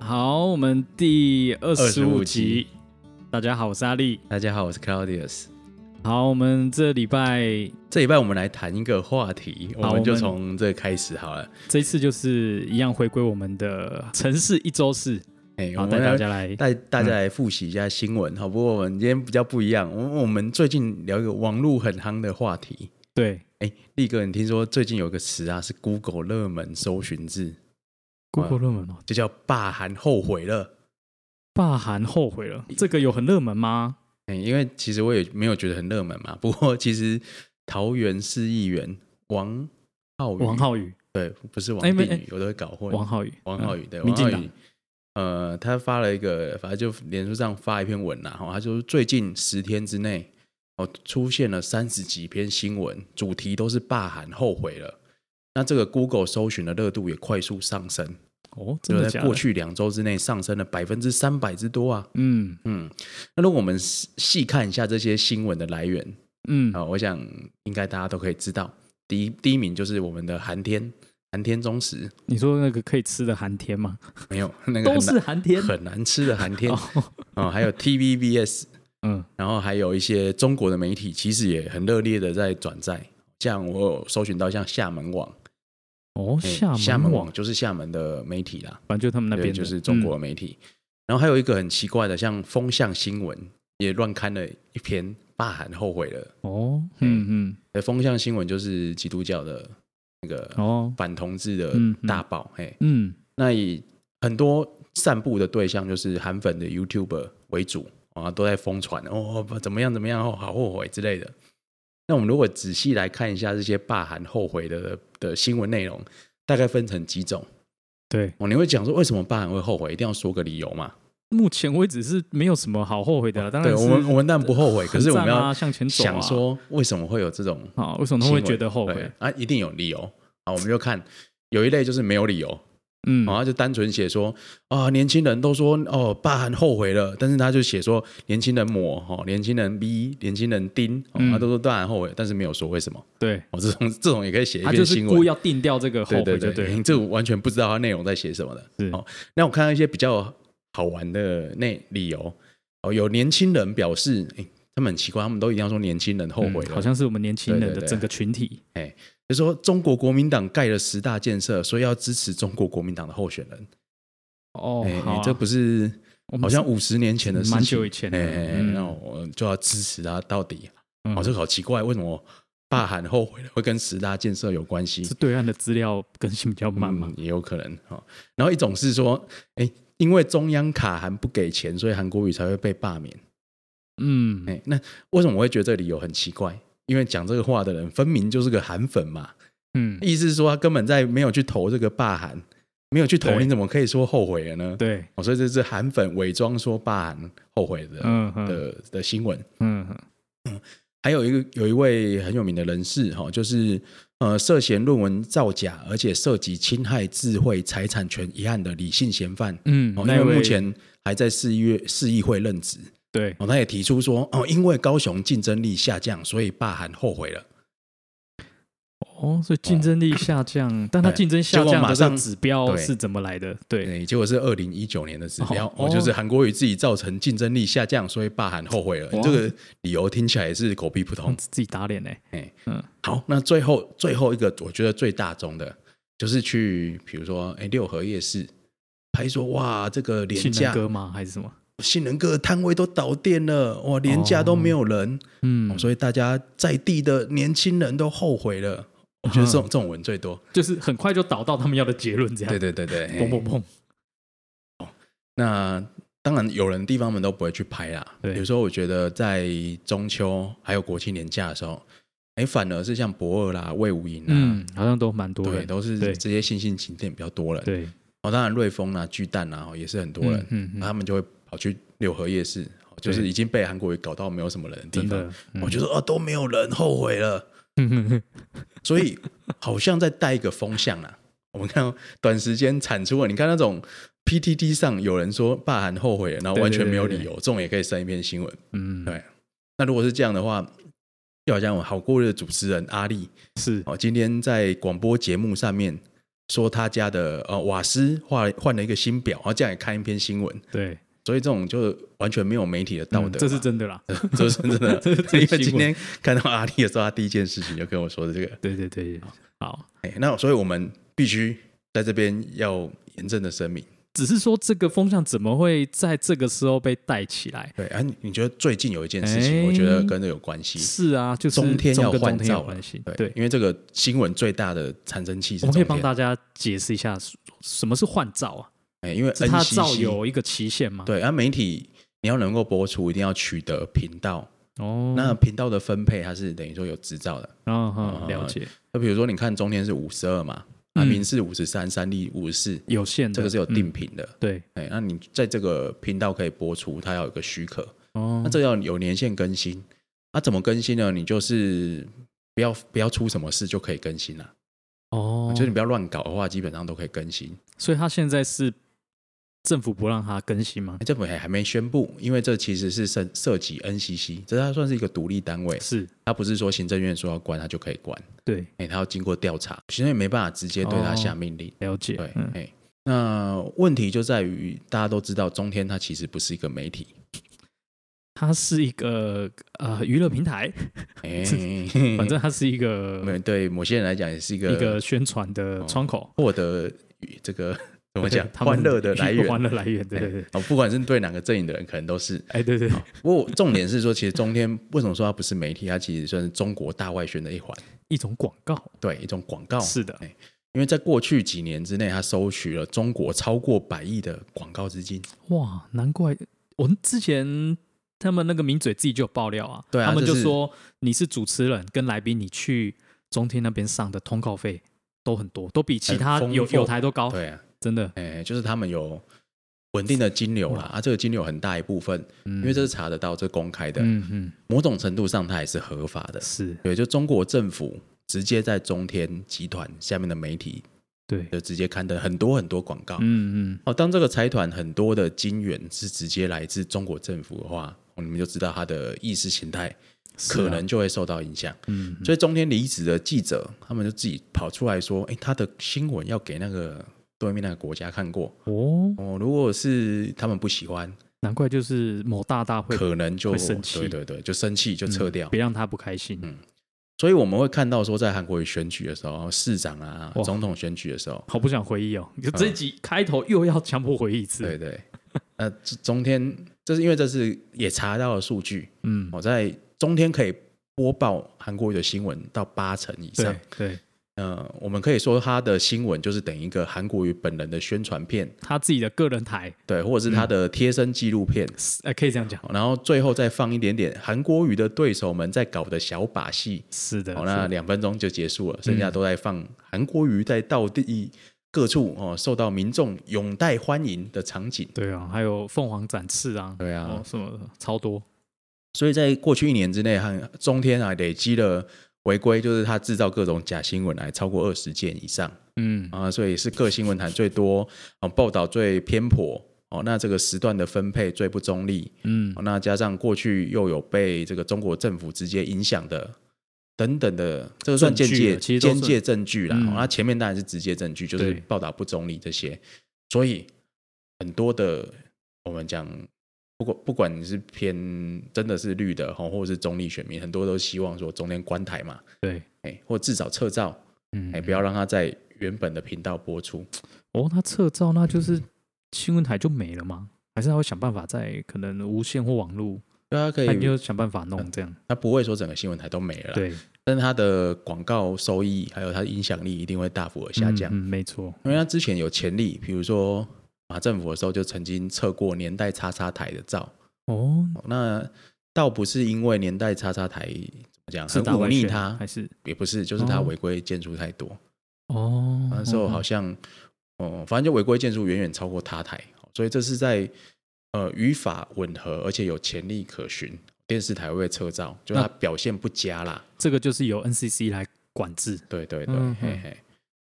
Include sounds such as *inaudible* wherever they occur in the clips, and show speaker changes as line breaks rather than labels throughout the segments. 好，我们第二十
25
五
集
集，大家好，我是阿力。
大家好，我是 Claudius。
好，我们这礼拜
这礼拜我们来谈一个话题，我
好
们就
我们
从这个开始好了。
这一次就是一样回归我们的城市一周四，
哎，我
好
们
带大家嗯
来
来
带大家来复习一下新闻，好。不过我们今天比较不一样，我我们最近聊一个网络很夯的话题。
对
哎，力哥，你听说最近有个词啊，是 Google 热门搜寻字，
Google 热门哦，
就叫“霸韩后悔了
霸韩后悔了，这个有很热门吗？”。
哎，因为其实我也没有觉得很热门嘛。 *laughs* 不过其实桃园市议员王浩宇，
王浩宇，
对，不是王
哎
定
没
宇，
哎
我都会搞混。
王浩宇，嗯
王浩宇对，
民
王
进
浩
党
宇，呃，他发了一个，反正就脸书上发一篇文啦，哈，他就最近十天之内，哦，出现了三十几篇新闻，主题都是霸韩后悔了。那这个 Google 搜寻的热度也快速上升，
哦，真的
就在
假的？
过去两周之内上升了百分之三百之多啊。
嗯
嗯，那如果我们细细看一下这些新闻的来源
嗯
啊、，我想应该大家都可以知道，第一第一名就是我们的寒天，寒天忠实
你说那个可以吃的寒天吗？
没有那个很
都
难
是寒天，
很难
*laughs*
吃的寒天
哦
哦，还有 TVBS，
嗯
然后还有一些中国的媒体，其实也很热烈的在转载。像我有搜寻到像厦门网，
哦，
哎
厦
厦
门
门
网
网，就是厦门的媒体啦，
反正就他们那
对，
边的嗯
就是中国的媒体。然后还有一个很奇怪的，像风向新闻也乱刊了一篇霸韩后悔了。
嗯哦，嗯嗯
呃，风向新闻就是基督教的那个
哦
反同志的
嗯嗯
大报，嘿，
嗯
那以很多散布的对象就是韩粉的 YouTuber 为主啊，都在疯传哦，不怎么样怎么样，哦，好后悔之类的。那我们如果仔细来看一下这些霸韩后悔的的新闻内容，大概分成几种
对。
哦。你会讲说为什么霸韩会后悔，一定要说个理由嘛？
目前为止是没有什么好后悔的啦，当然
哦对我
是
们，我们当然不后悔，可是我们
很赞
要
啊向前走啊
想说为什么会有这种
啊，为什么他们
新
会
闻
觉得后悔
对？啊？一定有理由啊。我们就看有一类就是没有理由，
嗯
然后他就单纯写说啊，年轻人都说哦，爸很后悔了，但是他就写说年轻人抹哦，年轻人 B，年轻人丁，哦
嗯
他都说当然后悔，但是没有说为什么。
对，
哦，这种这种也可以写一
他
篇
就是
新
故意
闻。
要定掉这个后
对
悔，
对
就
对，
对
你
了，
这完全不知道他内容在写什么的。
是
哦，那我看到一些比较好玩的那理由，哦，有年轻人表示，哎，他们很奇怪，他们都一定要说年轻人后悔
嗯
了，
好像是我们年轻人
对
的
对对
整个群体。
就说中国国民党盖了十大建设，所以要支持中国国民党的候选人。
哦
哎，，
好啊，
这不是
我们
好像五十年前的事情，
蛮久以前的
哎哎哎
嗯
那我就要支持他到底。
嗯
哦，这个好奇怪，为什么大喊后悔了会跟十大建设有关系
是？对岸的资料更新比较慢嘛
嗯？也有可能哦。然后一种是说，哎，因为中央卡韩不给钱，所以韩国瑜才会被罢免。
嗯，
哎，那为什么我会觉得这个理由很奇怪？因为讲这个话的人分明就是个韩粉嘛，
嗯，
意思是说他根本在没有去投这个罢韩，没有去投，
对
你怎么可以说后悔了呢？
对，
哦，所以这是韩粉伪装说罢韩后悔的、
嗯嗯
的哦的新闻。
嗯嗯
还有一个有一位很有名的人士哈、就是呃涉嫌论文造假，而且涉及侵害智慧财产权一案的李姓嫌犯。
嗯，
哦，因
那
为
位
目前还在市议院市议会任职，
对
哦，他也提出说，哦，因为高雄竞争力下降，所以罢韩后悔了。
哦，所以竞争力下降，但它
对
竞争下
结果
降
马
的这个
上
指标
对
是怎么来的？对，
对，结果是二零一九年的指标，
哦
哦，就是韩国瑜自己造成竞争力下降，所以罢韩后悔了。
哇
这个理由听起来也是狗屁不通。
自己打脸呢。
哎
嗯，
好，那最后最后一个，我觉得最大宗的，就是去比如说，哎，六合夜市拍说，哇，这个廉
信人
价
歌吗？还是什么？
信仁哥的摊位都倒店了，哇，廉价都没有人、
嗯
哦，所以大家在地的年轻人都后悔了。我觉得这种、这种文最多。
就是很快就导到他们要的结论，嗯这样
对对对
*laughs*
对，
砰
哎
砰砰，
那当然，有人地方们都不会去拍啦。
对
有时候我觉得在中秋还有国庆年假的时候，哎，反而是像博二啦、魏武营啊，
嗯，好像都蛮多
对，
人，
都是
对
这些新兴景点比较多人。
对，
哦，当然瑞丰啊、巨蛋啊，哦也是很多人，啊
嗯嗯嗯
他们就会跑去六合夜市，哦就
对
是已经被韩国瑜搞到没有什么人的地
真
方
的。，嗯
我觉得哦都没有人后悔了，
得
所以好像在带一个风向啦。我们看到短时间产出了，你看那种 PTT 上有人说罢韩后悔了，然后完全没有理由，
对对
这种也可以生一篇新闻。
*laughs* 嗯，
对那如果是这样的话，就好像我好过日的主持人阿力
是
哦，今天在广播节目上面说他家的呃瓦斯换了换了一个新表，然哦后这样也看一篇新闻，
对，
所以这种就完全没有媒体的道德嘛、
嗯这是真的啦。
*laughs* 这是真的，
*laughs* 这是真
因为
新闻
今天看到阿丽的时候，他第一件事情就跟我说的这个。
对对对，好，
哎，那所以我们必须在这边要严正的声明。
只是说这个风向怎么会在这个时候被带起来？
对，啊，你你觉得最近有一件事情，
哎
我觉得跟这有关系。
是啊，就是
中天要
跟
换
中天
照
有
了
关系，，
对
对，。
因为这个新闻最大的产生器是
我们可以
中
帮
天，
大家解释一下什么是换照啊？
哎，因为
是它的照
NCC
有一个期限吗？，
对，啊，媒体你要能够播出，一定要取得频道，
哦，
那频道的分配它是等于说有执照的。
嗯
啊
哼，了解，
那比如说，你看中天是五十二嘛，啊，
嗯
民视五十三，三立五十四，
有限的，
这个是有
嗯
定频的。
对
哎，那你在这个频道可以播出，它要有一个许可，
哦
那，这要有年限更新。那、怎么更新呢？你就是不要不要出什么事就可以更新了、
哦，
就是你不要乱搞的话，基本上都可以更新。
所以他现在是政府不让他更新吗
哎？政府还还没宣布，因为这其实是涉涉及 NCC，这它算是一个独立单位，
是，
它不是说行政院说要关它就可以关，
对，
哎、它要经过调查，行政院没办法直接对它下命令。
了解，
对，哎、
哦嗯，
那问题就在于大家都知道，中天它其实不是一个媒体，
它是一个呃娱乐平台，
哎、
*laughs* 反
*laughs*
正它是一个
没有对某些人来讲也是一个
一个宣传的窗口，
获得这
*laughs*
个怎么讲
对他们
欢乐的来源。
欢乐来源，对对
*laughs*
对，
哦，不管是对哪个阵营的人，可能都是。
哎对对，
不过重点是说，其实中天为什么说它不是媒体？它其实算是中国大外宣的一环，
一种广告，
对一种广告。
是的，
因为在过去几年之内，它收取了中国超过百亿的广告资金。
哇，难怪我们之前。他们那个名嘴自己就有爆料啊，
对啊
他们就
这是
说你是主持人跟来宾，你去中天那边上的通告费都很多，都比其他
很丰
有
富
有台都高，
对啊，
真的，
哎，就是他们有稳定的金流啦。啊，这个金流很大一部分，因
因
为这是查得到，这是公开的，
嗯嗯
某种程度上它也是合法的。
是
对，就中国政府直接在中天集团下面的媒体
对，
就直接刊登很多很多广告。
嗯嗯
哦，当这个财团很多的金源是直接来自中国政府的话，哦你们就知道他的意识形态
是啊
可能就会受到影响。
嗯，
所以中天离职的记者，他们就自己跑出来说：“哎，他的新闻要给那个对面那个国家看过
哦，
哦，如果是他们不喜欢，
难怪就是某大大会
可能就
会生气嗯
对对对，就生气就撤掉。嗯
别让他不开心，
所以我们会看到说，在韩国瑜选举的时候，市长啊、
哇
总统选举的时候，
好不想回忆哦。你
嗯
就这一集开头又要强迫回忆一次，
对对，呃，中天这是因为这是也查到了数据，
嗯，
我在中天可以播报韩国瑜的新闻到八成以上
对。对，
呃，我们可以说他的新闻就是等于一个韩国瑜本人的宣传片，
他自己的个人台，
对，或
嗯
者是他的贴身纪录片，哦
是呃，可以这样讲，
然后最后再放一点点韩国瑜的对手们在搞的小把戏。
是的，
好，
是嗯
那
的
两分钟就结束了，剩下都在放韩国瑜在到地各处哦，受到民众拥戴欢迎的场景。
对啊，还有凤凰展翅啊，
对啊
哦什么的超多，
所以在过去一年之内，和中天啊累积了违规，就是他制造各种假新闻来超过二十件以上
嗯，
啊，所以是各新闻台最多，啊、报道最偏颇哦，那这个时段的分配最不中立，
嗯
哦，那加上过去又有被这个中国政府直接影响的。等等的，这个算间
证据
接
了其实都
间
是
接证据啦。
嗯
哦那、前面当然是直接证据，就是
对
报道不中立这些。所以很多的我们讲，不管不管你是偏真的是绿的哦，或者是中立选民，很多都希望说中间关台嘛，
对，
哎，或至少撤照，
嗯
哎，，不要让它在原本的频道播出。
哦，他撤照那就是新闻台就没了吗？还是他会想办法在可能无线或网络，
对啊，可
他
以，
就想办法弄这样，
它不会说整个新闻台都没了啦，
对，
但是它的广告收益还有它的影响力一定会大幅的下降。
嗯嗯没错，
因为他之前有潜力，比如说马政府的时候就曾经测过年代叉叉台的照，
哦，
哦那倒不是因为年代叉叉台怎么讲
是
很
打
忤
外
逆
宣
他，
还是
也不是，就是他
哎哦
违规建筑太多，
哦？
那时候好
像
像哦、反正就违规建筑远远超过他台，哦所以这是在呃语法吻合，而且有潜力可循。电视台会被撤照，就他
那
表现不佳啦，
这个就是由 NCC 来管制，
对对对，
嗯
嘿
嗯
嘿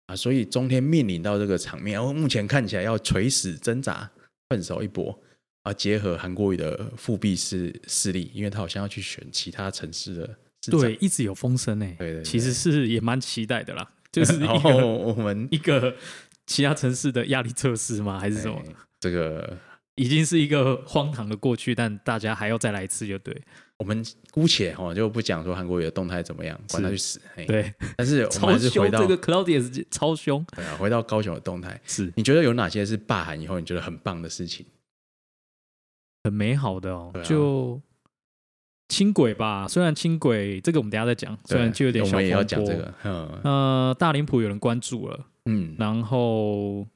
啊，所以中天面临到这个场面，然后目前看起来要垂死挣扎，笨手一搏啊，结合韩国瑜的复辟势势力，因为他好像要去选其他城市的市长，
对，一直有风声诶、欸哦
对对对
其实是也蛮期待的啦。就是一 *laughs*
然后
个
我们
一个其他城市的压力测试吗？还是什么？
哎这个
已经是一个荒唐的过去，但大家还要再来一次，就对
我们姑且哈就不讲说韩国瑜的动态怎么样，管他去死。嘿，
对，
但是我们
超
还是
凶
回到
这个 Claudius 超凶，
对啊，回到高雄的动态，
是
你觉得有哪些是罢韩以后你觉得很棒的事情？
很美好的哦。
对啊
就轻轨吧，虽然轻轨这个我们等一下再讲，虽
对
然就有点
我
小
们也要
风
讲
波。
这个，嗯
呃，大林浦有人关注了，
嗯
然后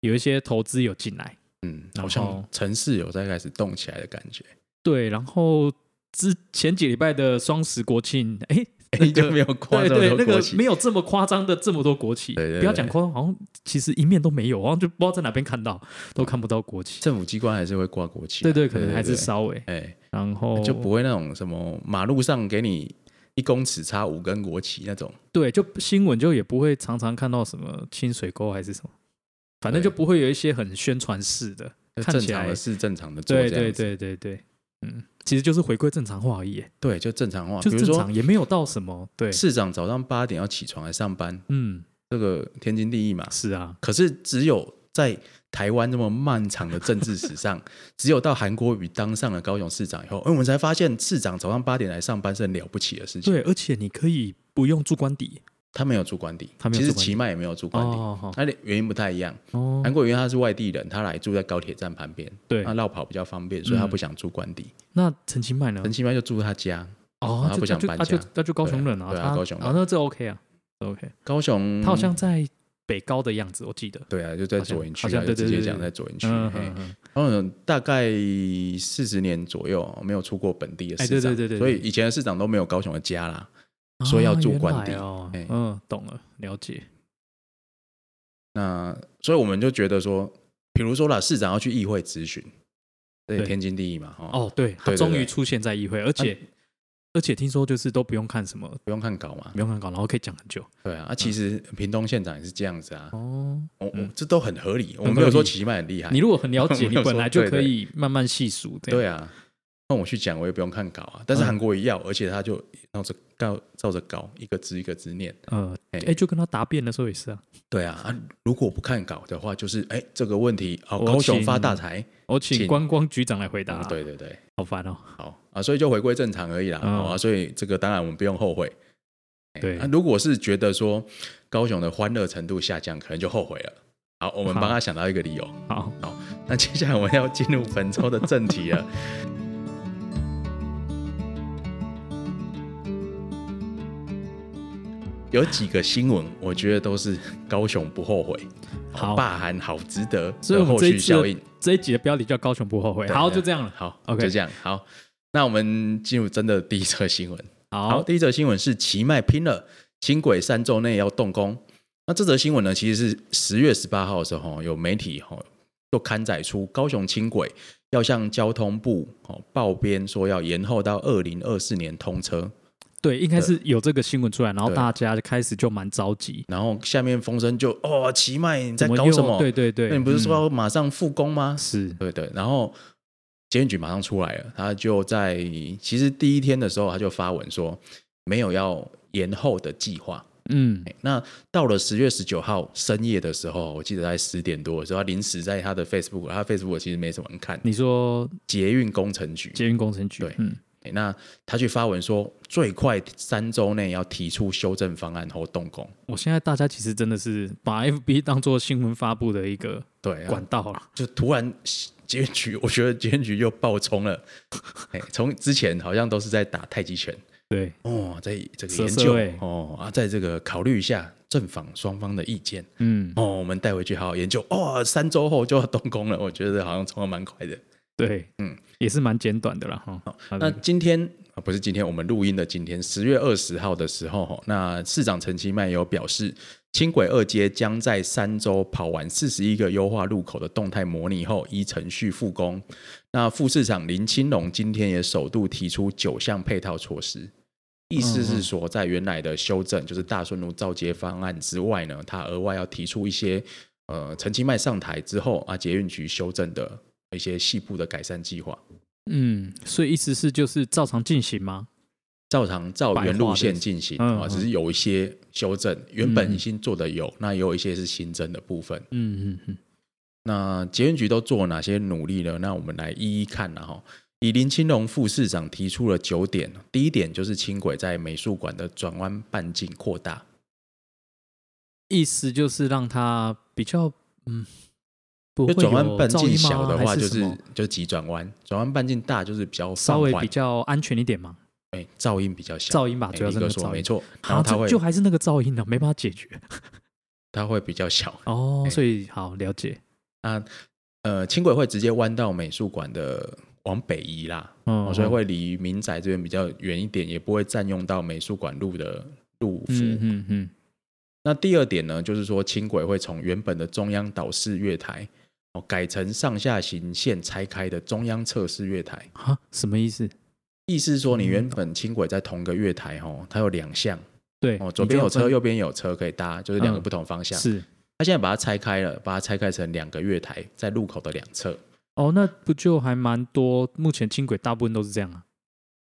有一些投资有进来，
嗯，
然
好
后
像城市有在开始动起来的感
*laughs*
觉，
对，然后之前几礼拜的双十国庆，哎，
你就没有夸
对
这么
对，
多
那
国
个
旗
没有这么夸张的这么多国旗，
对对对
不要讲夸张，好像其实一面都没有，好像就不知道在哪边看到，都看不到国旗。
政府机关还是会挂国旗啊，
对对，可能还是哦稍微，
哎，
然后
就不会那种什么马路上给你一公尺差五根国旗那种，
对，就新闻就也不会常常看到什么清水沟还是什么，反正
对
就不会有一些很宣传式的，
就
看
正
起
常
来
的是正常的做
对
这
对
样子，
对对对，嗯，其实就是回归正常化而已，
对，就正常化。哦比
就
如
正
说
常，也没有到什么，对，
市长早上八点要起床来上班，
嗯，
这个天经地义嘛。
是啊，
可是只有在台湾这么漫长的政治史上， *laughs* 只有到韩国瑜当上了高雄市长以后，哎我们才发现市长早上八点来上班是很了不起的事情。
对，而且你可以不用住官邸，
他没有主管底，
他没有
其实
主管底
奇迈也没有主管底，
哦好
他的原因不太一样。
哦，
韩国瑜他是外地人，他来住在高铁站旁边，
对嗯
他，绕跑比较方便，所以他不想住官邸。
那陈其迈呢
陈？其迈就住他家，
哦，
他
就
啊不想
就
搬
他就
家
他就高雄人啊，
对啊对啊
他
高雄人嗯
啊，那这 OK 啊这，OK。
高雄
他好像在北高的样子，我记得。
对啊，就在
好像
左营区
好
啊，
像
就
对
直
对
接
对
讲
对
在左营区。
嗯
嘿
嗯嗯，
然后大概四十年左右没有出过本地的市长，
哎对对对对对
所以以前的市长都没有高雄的家啦。
啊
所以要住官邸
原来哦
哎
嗯，懂了，了解。
那所以我们就觉得说，比如说啦，市长要去议会咨询，这也
对
天经地义嘛，哦，
哦，对，他
对对
终
对啊
于出现在议会，而且而且听说就是都不用看什么，
不用看稿嘛
不，用看稿，然后可以讲很久。
对啊。啊，其实屏东县长也是这样子啊，
嗯哦，
我我
嗯
这都很合理，我
合
没有说
理
奇迈很厉害
你，如果很了
*laughs* 我
解，
没
你
有
本
说
来就
对
可
对
以慢慢细数。这样
对，啊。那我去讲，我也不用看稿啊。但是
嗯
韩国也要，而且他就照着告照着稿，一个字一个字念。
呃，
哎
哎，就跟他答辩的时候也是啊。
对啊，啊如果不看稿的话，就是哎、这个问题哦，
我
高雄
请
发大财。
我请
请
观光局长来回答啊
嗯，，对对对，
好烦哦。
好啊，所以就回归正常而已啦。
嗯
好啊，所以这个当然我们不用后悔。哎
对
啊如果是觉得说高雄的欢乐程度下降，可能就后悔了。好，我们
好
帮他想到一个理由。
好，
*laughs* 那接下来我们要进入本周的正题啊了。有几个新闻，我觉得都是高雄不后悔，
好
霸韩好值得
所以我
的
们
后
这一
续
次
效应
的。这一集的标题叫“高雄不后悔”。好，就这样了。
好
OK
就这样。好，那我们进入真的第一则新闻。好，
好，
第一则新闻是奇迈拼了，轻轨三周内要动工。那这则新闻呢，其实是十月十八号的时候，有媒体哈就刊载出高雄轻轨要向交通部哦报编说要延后到二零二四年通车，
对，应该是有这个新闻出来，然后
对
大家就开始就蛮着急，
然后下面风声就哦，奇迈你在
怎
搞
又
什么？
对对对，
那你不是说
嗯
要马上复工吗？
是
对对，然后检警局马上出来了，他就在其实第一天的时候他就发文说没有要延后的计划。
嗯
哎那到了十月十九号深夜的时候，我记得在十点多的时候，他临时在他的 Facebook，他 Facebook 其实没什么人看，
你说
捷运工程局，
捷运工程局
对
嗯
哎那他去发文说最快三周内要提出修正方案后动工。
我现在大家其实真的是把 *laughs* FB 当做新闻发布的一个
对、啊，
管道了，
就突然捷运局，我觉得捷运局又爆冲了。哎，从之前好像都是在打太极拳，
对，
哦，在这个
瑟
研
瑟
究
欸
哦啊，在这个考虑一下正反双方的意见
嗯
哦，我们带回去好好研究。哦，三周后就要动工了，我觉得好像冲的蛮快的。
对，
嗯哦
嗯，也是蛮简短的啦哈。好
那
的
今天啊，不是今天，我们录音的今天，十月二十号的时候，吼那市长陈其迈有表示，轻轨二阶将在三周跑完四十一个优化路口的动态模拟后，依程序复工。那副市长林清龙今天也首度提出九项配套措施。意思是说，在原来的修正，就是大顺路造街方案之外呢，他额外要提出一些，呃，陈其迈上台之后啊，捷运局修正的一些细部的改善计划。
嗯，所以意思是就是照常进行吗？
照常照原路线进行
白话
啊，
的嗯
只是有一些修正，原本已经做的有，那也有一些是新增的部分。
嗯嗯嗯，
那捷运局都做了哪些努力呢？那我们来一一看然后以林清龙副市长提出了九点，第一点就是轻轨在美术馆的转弯半径扩大，
意思就是让它比较嗯，不
就
会
转弯
有
半
噪
径
音吗
小的
还
话就是
什么
就是急转弯，转弯半径大就是比较
稍
放
微
缓
比较安全一点嘛，
哎、噪音比较小，
噪音吧，
哎
主要是
力
那
哥
个
说
噪
没
音。
错，然
啊
后它
这
会哎
就还是那个噪音呢，没办法解
*laughs*
决。
它会比较小。
哦
哎，
所以好了解，
呃，轻轨会直接弯到美术馆的往北移啦，
嗯
哦，所以会离民宅这边比较远一点，也不会占用到美术馆路的路幅。
嗯嗯嗯，
那第二点呢，就是说轻轨会从原本的中央岛式月台哦，改成上下行线拆开的中央侧式月台。
啊，什么意思？
意思是说，
嗯
你原本轻轨在同个月台哦，它有两项
对，
哦，左
你
边
就
有
要
车，
分
右边有车可以搭，就是两个
嗯
不同方向。
是
它现在把它拆开了，把它拆开成两个月台，在路口的两侧。
哦，那不就还蛮多？目前轻轨大部分都是这样啊，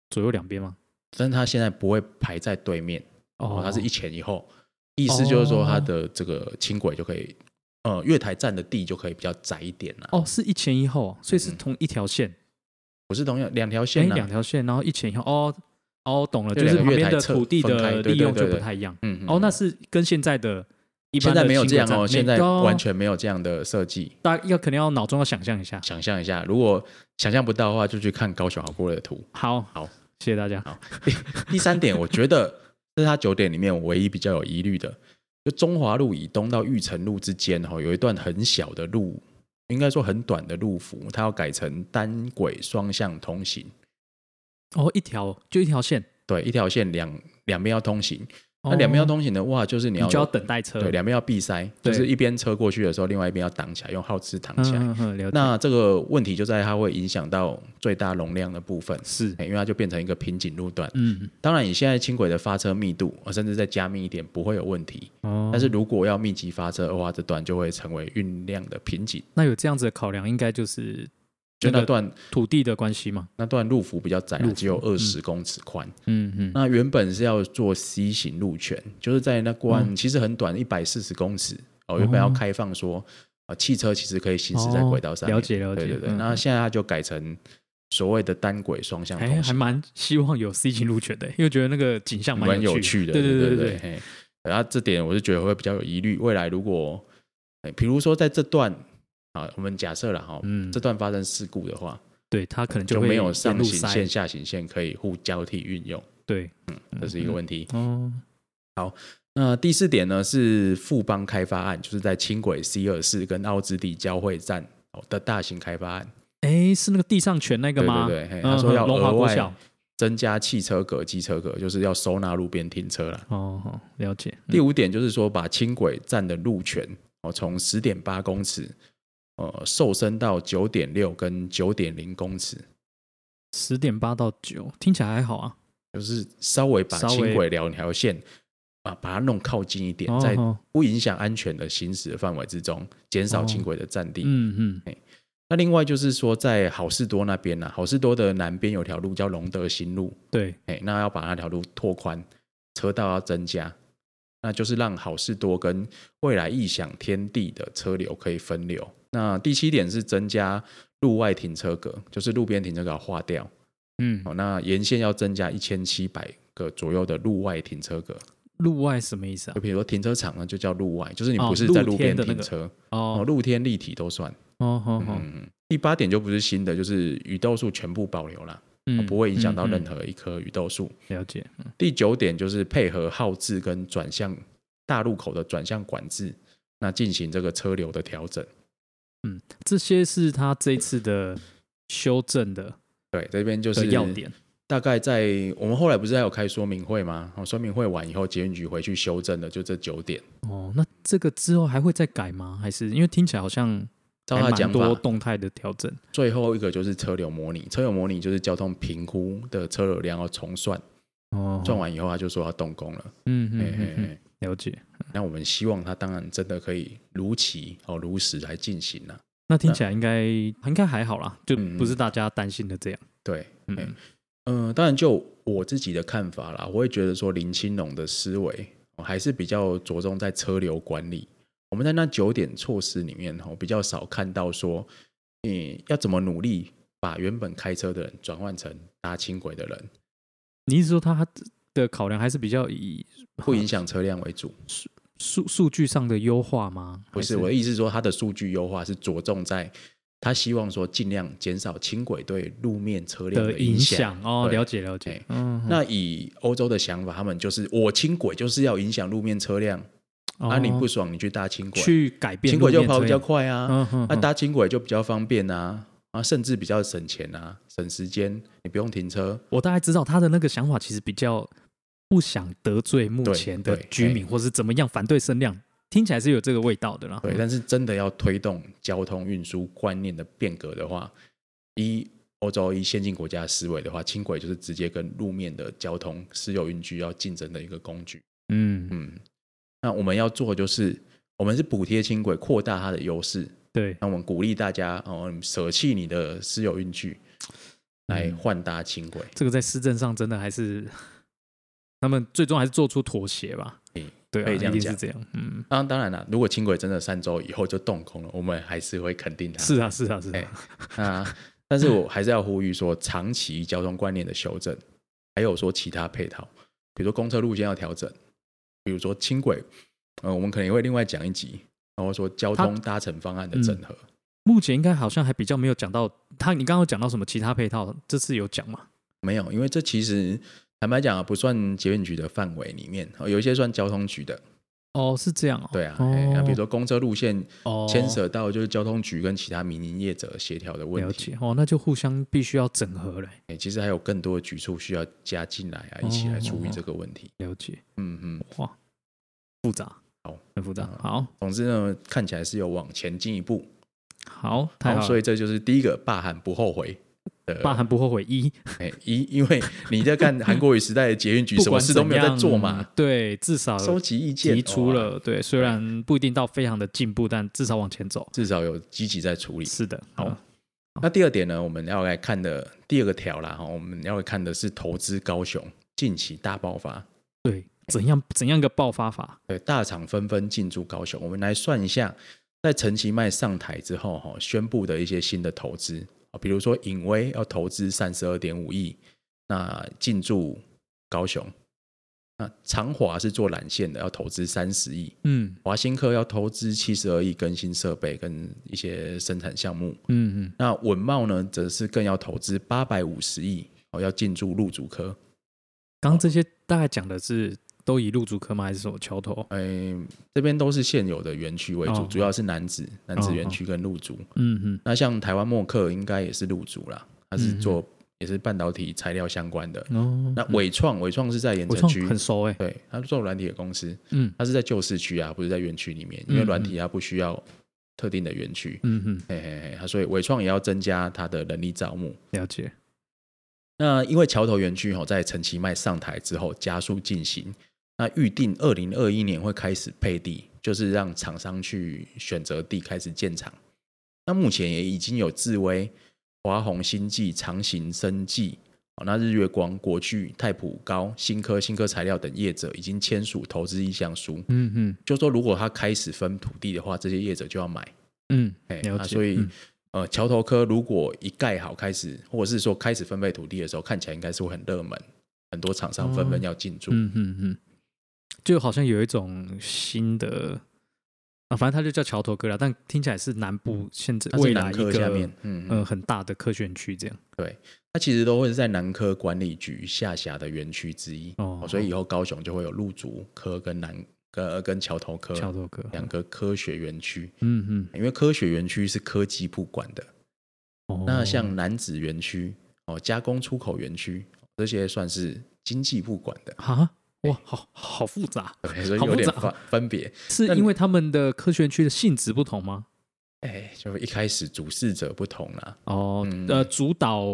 左右两边吗？
但是它现在不会排在对面，哦
哦，，
它是一前一后，意思就是说它的这个轻轨就可以，呃，月台站的地就可以比较窄一点啦、
哦是一前一后，所以是同一条线，
不是同样两条
哎，
嗯线啦、
两条线，然后一前一后，哦哦，懂了，
就
就是
两个
旁
月
边
台
的
侧
土地
分开
的
对
利
对
用
对
就不
对
太一样。
嗯嗯
哦，那是跟现在的一
现
般
在
的
没有
轻轨
这样
站
哦，
没
现在
哦
完全没有这样的设计。
大家要可能要脑中要想象一下。
想象一下，如果想象不到的话，就去看高雄好过的图。
好，
好，
谢谢大家。
第三点，我觉得这是他九点里面我唯一比较有疑虑的，就中华路以东到玉成路之间哈、哦，有一段很小的路，应该说很短的路幅，它要改成单轨双向通行，
哦，一条就一条线，
对，一条线两两边要通行。
哦
那两边要，通行的话，就是你
你
要
就要等待车。
对两边要闭塞，就
对
是一边车过去的时候，另外一边要挡起来，用号志挡
嗯
起来。
嗯嗯，了解。
那这个问题就在它会影响到最大容量的部分，
是，
哎因为它就变成一个瓶颈路段。
嗯，
当然，你现在轻轨的发车密度，呃甚至再加密一点不会有问题。
哦，
但是如果要密集发车的话，这段就会成为运量的瓶颈。
那有这样子的考量，应该就是
就
那
那
个
段
土地的关系嘛。
那段路幅比较窄啊
路，幅
只有二十公尺宽。
嗯嗯，
那原本是要做 C 型路权，就是在那关、
嗯
其实很短，一百四十公尺哦，原本要开放说，呃，汽车其实可以行驶在轨道上
哦
面、
了解了解
对对对。
嗯
那现在它就改成所谓的单轨双向
哎，
通
还
行，
蛮希望有 C 型路权的，因为觉得那个景象
蛮
有
有趣的。
对
对
对对，
对嘿然后这点我是觉得会比较有疑虑，未来如果，哎比如说在这段啊，我们假设了哈，
嗯
这，段发生事故的话，
对他可能
就
会
没有
沿
上
路
行
塞
线、下行线可以互交替运用，
对，
这是一个问题。
哦，
那第四点呢是富邦开发案，就是在轻轨 C 二四跟奥之地交汇站哦的大型开发案。
哎，是那个地上权那个吗？
对对对嘿
嗯
他说要
嗯龙华
额
国
外
小。
增加汽车格、机车格，就是要收纳路边停车啦。
哦，好了解。
第
五，
五点就是说，把轻轨站的路权哦从十点八公尺呃瘦身到九点六跟九点零公尺，
十点八到九，听起来还好啊。
就是稍微把
稍微
轻轨两条线啊把它弄靠近一点，
哦
在
哦
不影响安全的行驶的范围之中，减少
哦
轻轨的占地。
嗯嗯，
那另外就是说，在好事多那边呢、啊好事多的南边有条路叫隆德新路，
对，
哎，那要把那条路拓宽，车道要增加，那就是让好事多跟未来异想天地的车流可以分流。那第七点是增加路外停车格，就是路边停车格要划掉。
嗯，
哦，那沿线要增加一千七百个左右的路外停车格，
路外什么意思啊
就？比如说停车场呢，就叫路外，就是你
哦
不是在
露
路
天
边
的那
停
个
车，哦，
哦
露天立体都算。
哦好好，
嗯，第八点就不是新的，就是雨豆树全部保留啦，
嗯，
不会影响到
嗯
任。
嗯
何一棵雨豆树。
了解，
第九点就是配合号志跟转向大路口的转向管制，那进行这个车流的调整。
这些是他这一次的修正的
对，这边就
的
是
要点。
大概在我们后来不是还有开说明会吗？哦，说明会完以后，捷运局回去修正的就这九点。
哦，那这个之后还会再改吗？还是因为听起来好像
照
还
他
蛮
讲
多
法，
动态的调整？
最后一个就是车流模拟，车流模拟就是交通评估的车流量要重算，
哦
算完以后他就说要动工了。
嗯
嘿
嗯
嘿
嗯
嘿
嗯，了解。
那我们希望它当然真的可以如期哦如实来进行啊了、嗯
那听起来应该应该还好啦，就不是大家担心的这样。
对，
嗯
哎嗯、当然就我自己的看法啦，我会觉得说林青龙的思维、哦还是比较着重在车流管理。我们在那九点措施里面，哦，比较少看到说，你要怎么努力把原本开车的人转换成搭轻轨的人，
你意思说他的考量还是比较以
不影响车辆为主。
数数据上的优化吗？
不是
啊还
我的意思是说，它的数据优化是着重在他希望说尽量减少轻轨对路面车辆
的
影
影响哦，
对
了解了解
哎。
嗯，
那以欧洲的想法，他们就是我轻轨就是要影响路面车辆，
哦
啊，你不爽你去搭轻轨，
去改变
轻轨就
路面
跑比
车
较
辆，
快啊，
嗯哼
那、
哼
搭轻轨就比较方便啊，啊，甚至比较省钱啊，省时间，你不用停车，
我大概知道他的那个想法其实比较不想得罪目
对
前的
对哎
居民，或是怎么样反对声量，听起来是有这个味道的啦。嗯
对，但是真的要推动交通运输观念的变革的话，一欧洲一先进国家的思维的话，轻轨就是直接跟路面的交通私有运具要竞争的一个工具。
嗯，
嗯，那我们要做的就是，我们是补贴轻轨，扩大它的优势。
对，
那我们鼓励大家哦，舍弃你的私有运具来换搭轻轨。
这个在市政上真的还是他们最终还是做出妥协吧。对啊，
可以这样
一定
讲
是这样。嗯，
当、当然了，如果轻轨真的三周以后就动工了，我们还是会肯定它。
是啊，是啊，是
哎
啊。
啊，但是我还是要呼吁说，长期交通观念的修正，还有说其他配套，比如说公车路线要调整，比如说轻轨，呃，我们可能也会另外讲一集，然后说交通搭乘方案的整合。
目前应该好像还比较没有讲到他，你刚刚有讲到什么其他配套，这次有讲吗？
没有，因为这其实坦白讲啊，不算捷运局的范围里面，哦有一些算交通局的，
哦，是这样哦。
对啊，
哦
哎那、比如说公车路线
哦
牵扯到就是交通局跟其他民营业者协调的问
了
题，
解哦，那就互相必须要整合嘞。
哎其实还有更多的局处需要加进来啊，一起来处理这个问题。
了解，
嗯嗯。
哇，复杂，
好，
很复杂。
嗯
好，
总之呢，看起来是有往前进一步，
好，呃太
好，
好了，
所以这就是第一个罢韩不后悔。
罢韩不后悔一，
哎，因因为你在看韩国语时代的捷运
*laughs*
局，
不
什么
管
事都没有在做
怎
嘛
样，，对，至少
收集意见
提出，
哇
了，对，虽然不一定到非常的进步，但至少往前走。
至少有积极在处理。
是的，
好
嗯
那第二点呢，我们要来看的第二个条啦，哈，我们要来看的是投资高雄近期大爆发，
对，怎样怎样个爆发法？
对，大厂纷纷进驻高雄。我们来算一下，在陈其迈上台之后，哈，宣布的一些新的投资啊，比如说影威要投资三十二点五亿，那进驻高雄。那长华是做缆线的，要投资三十亿；
嗯
华新科要投资七十二亿更新设备跟一些生产项目。
嗯嗯，
那稳茂呢，则是更要投资八百五十亿，哦，要进驻陆主科。
刚刚这些大概讲的是都以入主科吗？还是什么桥头？
嗯、这边都是现有的园区为主，
哦
主要是南子、南子园区跟陆竹。
嗯嗯，
那像台湾默克应该也是入主啦，它是做、也是半导体材料相关的。
哦，
那伟创，伟创是在盐
我
城
创
区，
很熟哎，
对，它是做软体的公司，
嗯
它是在旧市区啊，不是在园区里面，因为
嗯嗯
软体它不需要特定的园区，
嗯嗯，
嘿嘿嘿，它所以伟创也要增加它的人力招募。
了解，
那因为桥头园区吼、在陈其迈上台之后加速进行，那预定二零二一年会开始配地，就是让厂商去选择地开始建厂。那目前也已经有智威、华虹新技、长行生技、哦那日月光、国巨、太普高、新科、新科材料等业者已经签署投资意向书，
嗯嗯
就说如果他开始分土地的话，这些业者就要买。
嗯，
哎，
了
啊
解
所以、
嗯
呃，桥头科如果一盖好开始，或者是说开始分配土地的时候，看起来应该是会很热门，很多厂商纷纷要进驻。
嗯嗯嗯，就好像有一种新的啊，反正它就叫桥头哥啦，但听起来是南部现在
嗯它
未
是
来
南
一
科
个
下面，嗯，嗯
呃很大的科学园区这样。
它其实都会是在南科管理局下辖的园区之一，
哦
所以以后高雄就会有陆竹科跟南跟跟桥头科
桥头哥，
两个科学园区，
嗯嗯，
因为科学园区是科技部管的，
哦
那像南子园区哦，加工出口园区这些算是经济部管的，
啊，哇，好好复杂，
对所以
好复
有点
杂
分分别。
是因为他们的科学园区的性质不同吗？
哎，就一开始主事者不同啦、
哦，
嗯
呃，主导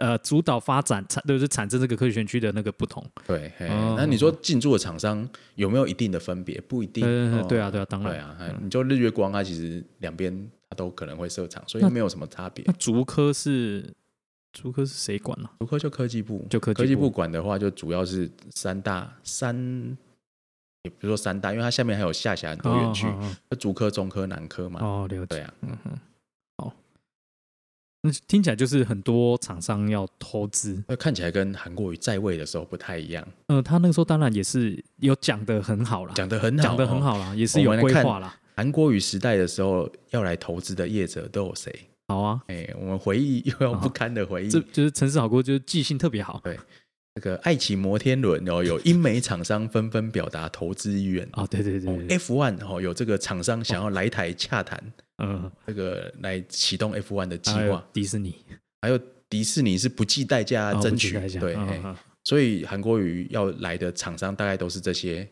呃主导发展产就是产生这个科学园区的那个不同。
对，嘿
哦
那你说进驻的厂商有没有一定的分别？不一定。
呃
哦，
对啊，对啊，当
对
然。
啊，嘿你就日月光它其实两边它都可能会设厂，所以没有什么差别
那。竹科是竹科是谁管呢、
竹科就科技部，
就科技
科技部
部
管的话，就主要是三大三，也不是说三大，因为它下面还有下辖很多园区，
哦
就竹科、中科、南科嘛。
哦，哦了解。
对啊，
嗯哼，好。那听起来就是很多厂商要投资。
那看起来跟韩国瑜在位的时候不太一样，
呃，他那个时候当然也是有讲的很好啦，
讲得很好，哦
讲的很。好啦，也是有
我们来
规
看
划啦。
韩国瑜时代的时候，要来投资的业者都有谁？
好啊，
哎、我们回忆 *laughs* 又要
哦
不堪的回忆，
这就是城市好锅，就是记性特别好
这个爱奇摩天轮哦，有英美厂商纷纷表达投资意愿
啊、对对对对，
f one 哦，有这个厂商想要来台洽谈，
嗯、呃，
这个来启动 F one 的哎计
还有
划，
迪士尼
还有迪士尼是不计代价
啊
争取，
我记得一下
对、
嗯
哎
嗯
所以韩国瑜要来的厂商大概都是这些，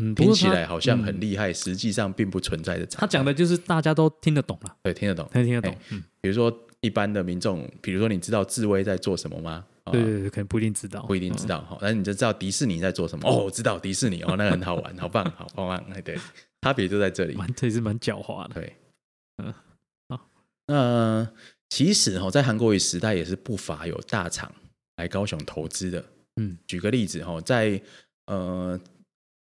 嗯，不
听
过
起
他
来好像很
嗯
厉害，实际上并不存在的厂商。
他讲的就是大家都听得懂了，
对，听得懂。
他听得懂
哎，
嗯，
比如说一般的民众，比如说你知道智威在做什么吗？啊
对对对，可能不一定知道，
不一定知道哈，但是你就知道迪士尼在做什么哦，我知道迪士尼哦，那个很好玩，好棒，好棒棒，哎，对，差别就在这
嗯，
里。
蛮这也是蛮狡猾的，
对，
嗯，好。
那其实哈，在韩国语时代也是不乏有大厂来高雄投资的。
嗯，
举个例子哈，在呃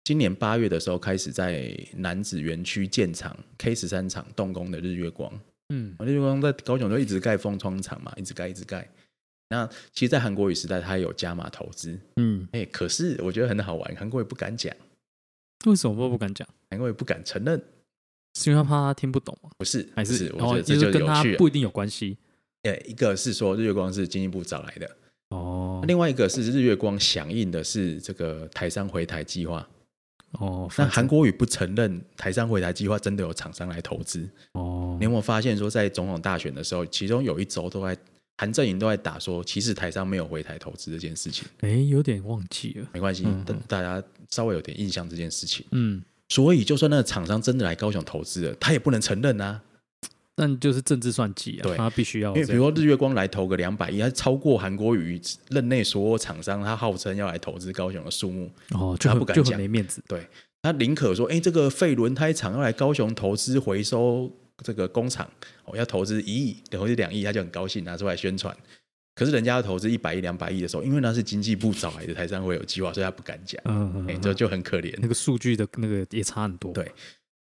今年八月的时候开始在南子园区建厂 K 十三厂动工的日月光，
嗯
日月光在高雄就一直盖封窗厂嘛，一直盖一直盖。那其实，在韩国语时代，它也有加码投资，
嗯，
哎、可是我觉得很好玩，韩国也不敢讲，
为什么不敢讲？
韩国也不敢承认，
是因为他怕他听不懂吗？
不是，
还
不
是
我觉
哦，
得这
就是
是
跟
有
他
趣了。
不一定有关系
哎、一个是说日月光是经济部找来的，
哦
另外一个是日月光响应的是这个台商回台计划。
哦，
那
反正
韩国瑜不承认台商回台计划真的有厂商来投资，
哦
你有没有发现说，在总统大选的时候，其中有一周都在韩阵营都在打说，其实台商没有回台投资这件事情，
哎，有点忘记了，
没关系
嗯，
但大家稍微有点印象这件事情。
嗯，
所以，就算那个厂商真的来高雄投资了，他也不能承认啊。
但就是政治算计啊，
对
他必须要
因为比
这
如
样，
说日月光来投个两百亿，它超过韩国瑜任内所有厂商，他号称要来投资高雄的数目。
哦，就
他
很
不敢
就很
讲
没面子，
对他宁可说，哎，这个废轮胎厂要来高雄投资回收这个工厂，哦，要投资一亿，投资两亿，他就很高兴啊拿出来宣传。可是人家要投资一百亿、两百亿的时候，因为那是经济部找来的台商会有计划，所以他不敢讲，
嗯嗯
哎，
嗯，
这就很可怜。
那个数据的那个也差很多，
对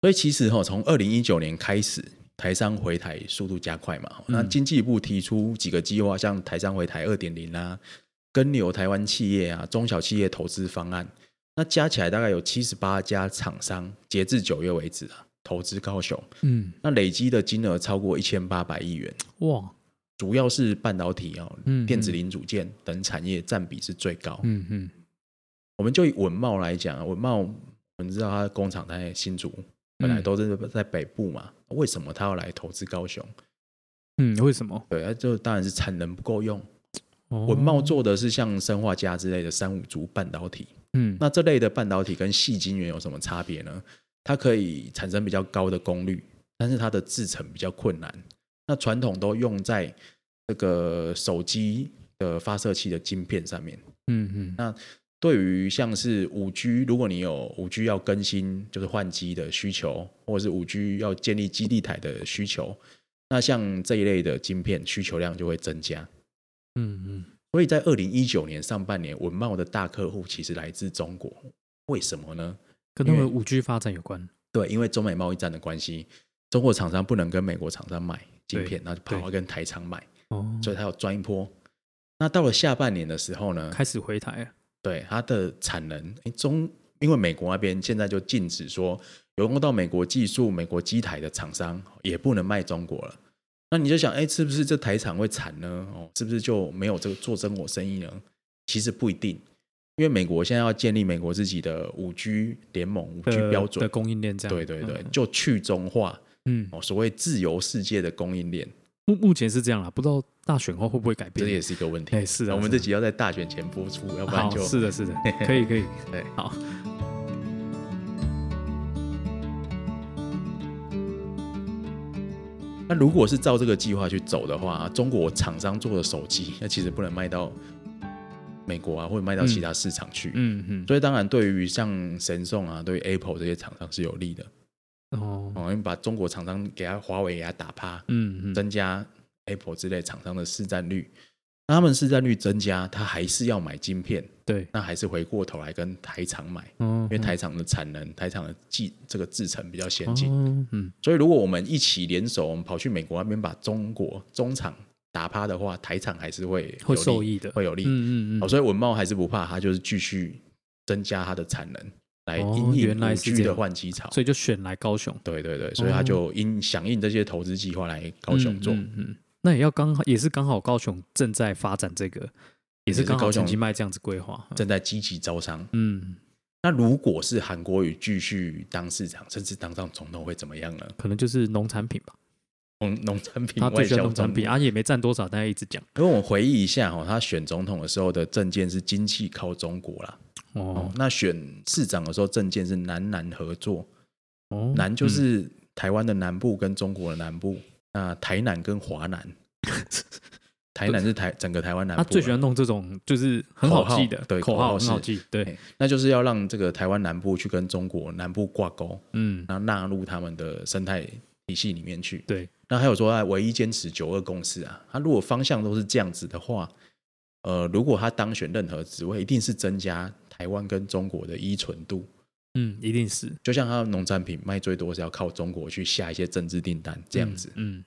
所以其实哈、从二零一九年开始，台商回台速度加快嘛。那
嗯
经济部提出几个计划，像台商回台二点零啦，跟流台湾企业啊、中小企业投资方案，那加起来大概有七十八家厂商，截至九月为止啊，投资高雄，
嗯，
那累积的金额超过一千八百亿元，
哇，
主要是半导体哦、
嗯
电子零组件等产业占比是最高。
嗯嗯，
我们就以文茂来讲啊，文茂我们知道它的工厂在新竹，本
嗯
来都是在北部嘛，为什么他要来投资高雄？
嗯，为什么？
对，啊，就当然是产能不够用。
哦
文茂，做的是像生化家之类的三五族半导体，
嗯，
那这类的半导体跟细晶圆有什么差别呢？它可以产生比较高的功率，但是它的制成比较困难。那传统都用在这个手机的发射器的晶片上面。
嗯嗯，
那对于像是五 G，如果你有五 G 要更新，就是换机的需求，或者是五 G 要建立基地台的需求，那像这一类的晶片需求量就会增加。
嗯嗯，
所以在二零一九年上半年，文茂的大客户其实来自中国，为什么呢？
跟他
因
们
为
五 G 发展有关，
对，因为中美贸易战的关系，中国厂商不能跟美国厂商买晶片，那就跑
对
到跟台厂买，
哦，
所以它要赚一波。那到了下半年的时候呢，
开始回台了，
对它的产能，诶中因为美国那边现在就禁止说，有用到美国技术、美国机台的厂商也不能卖中国了。那你就想，哎，是不是这台厂会惨呢？哦，是不是就没有这个做中国生意呢？其实不一定，因为美国现在要建立美国自己的五 G 联盟、五 G
的
标
的
准，
供应链这样，
对对对
嗯，
就去中化
嗯，
哦，所谓自由世界的供应链，
目目前是这样啦，不知道大选后会不会改变，
这也是一个问题。
哎是啊
我
是啊
们这集要在大选前播出，要不
好，
然就是
的，是
*laughs*
的，可以，可以，
对
好。
那如果是照这个计划去走的话，中国厂商做的手机， *laughs* 那其实不能卖到美国啊，或者卖到其他市场去。
嗯
所以当然，对于像神送啊，对于 Apple 这些厂商是有利的
嗯，哦，
哦，因为把中国厂商给他华为给他打趴，
嗯嗯，
增加 Apple 之类厂商的市占率。那他们市占率增加，他还是要买晶片，
对，
那还是回过头来跟台厂买，
嗯
因为台厂的产能、台厂的技这个制程比较先进。
哦嗯，
所以如果我们一起联手，我们跑去美国那边把中国中厂打趴的话，台厂还是会有
会
利
受益的，
会有利。
嗯嗯
好，
嗯，
所以文茂还是不怕，它就是继续增加它的产能来
哦
应
原来
应五
是
G
这
的
样
换机潮。
所以就选来高雄，
对对对，所以它就因响应这些投资计划来高雄做。
嗯嗯嗯那也要刚好，也是刚好高雄正在发展这个，也是
也是
刚好
高雄
陈其迈这样子规划，
正在积极招商。
嗯，
那如果是韩国瑜继续当市长，甚至当上总统会怎么样呢？
可能就是农产品吧，
农农产品
他
外
最喜欢
销
农产
总
品，
品。
啊也没占多少，但他一直讲，
因为我回忆一下哈、哦，他选总统的时候的政见是经济靠中国啦。哦
哦，
那选市长的时候政见是南南合作，
哦，
南就
嗯
是台湾的南部跟中国的南部，那台南跟
*laughs*
华南，台南是台整个台湾南
他
部啦，
最喜欢弄这种就是很
啊口
好记的
号对
口
口号
很好
是
记，对，
哎那就是要让这个台湾南部去跟中国南部挂钩，
嗯，
然后纳入他们的生态体系里面去。
对，
那还有说，哎，唯一坚持九二共识啊，他如果方向都是这样子的话，呃，如果他当选任何职位，一定是增加台湾跟中国的依存度。
嗯，一定是
就像他的农产品卖最多是要靠中国去下一些政治订单这样子、
嗯，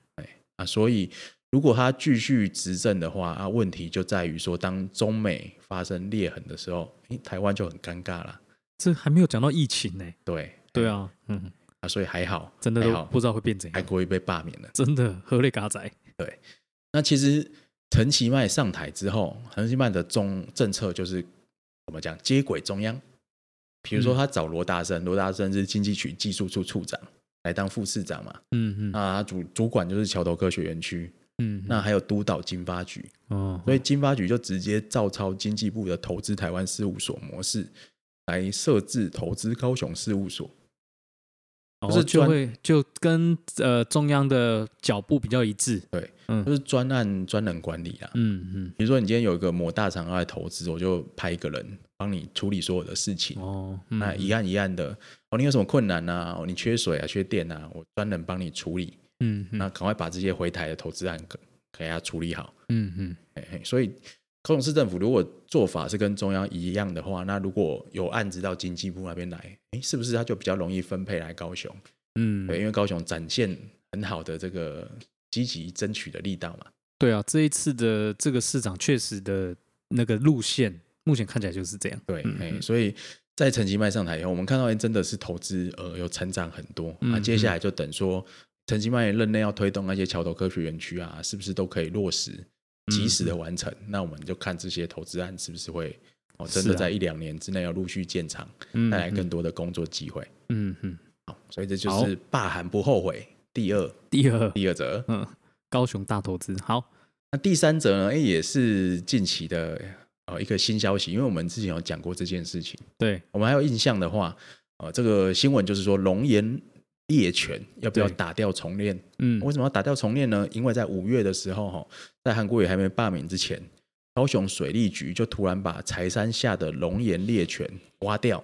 啊，所以如果他继续执政的话啊，问题就在于说，当中美发生裂痕的时候，诶台湾就很尴尬了。
这还没有讲到疫情呢，
对
对啊，嗯，
啊，所以还好，
真的
还
都
哎好，
不知道会变怎
韩
样，
国瑜被罢免了。
真的何类嘎仔，
那其实陈其迈上台之后，陈其迈的中政策就是怎么讲接轨中央。比如说，
嗯
他找罗大生，罗大生是经济局技术处处长来当副市长嘛，
嗯嗯
那他主主管就是桥头科学园区，
嗯，
啊那还有督导经发局，
哦，
所以经发局就直接照抄经济部的投资台湾事务所模式，来设置投资高雄事务所。
哦
不是
就
专
会就跟呃中央的脚步比较一致，
对，
嗯
就是专案专人管理啦。
嗯
比如说，你今天有一个某大厂要来投资，我就派一个人帮你处理所有的事情
嗯，，哦，
那
嗯
一案一案的。哦，你有什么困难啊？哦，你缺水啊，缺电啊，我专人帮你处理。
嗯嗯
那赶快把这些回台的投资案给给他处理好。
嗯嗯
嘿嘿所以高雄市政府如果做法是跟中央一样的话，那如果有案子到经济部那边来，诶，是不是它就比较容易分配来高雄？
嗯，
对，因为高雄展现很好的这个积极争取的力道嘛。
对啊，这一次的这个市长确实的那个路线，目前看起来就是这样。
对，
嗯
哎、
嗯
所以在陈其迈上台以后，我们看到诶真的是投资额有成长很多。那、
嗯
接下来就等说陈其迈任内要推动那些桥头科学园区啊，是不是都可以落实？
嗯
及时的完成，那我们就看这些投资案是不是会哦，真
是
的
啊
在一两年之内要陆续建厂，
嗯
带来更多的工作机会。
嗯嗯。
好，所以这就
好
是罢韩不后悔第二
第二，
第二则。
嗯，高雄大投资，好，
那第三则呢？哎，也是近期的呃一个新消息，因为我们之前有讲过这件事情，
对，
我们还有印象的话，呃，这个新闻就是说龙岩猎犬要不要
对
打掉重练？
嗯，
为什么要打掉重练呢？因为在五月的时候，哈，在韩国瑜还没罢免之前，高雄水利局就突然把柴山下的龙岩猎犬挖掉，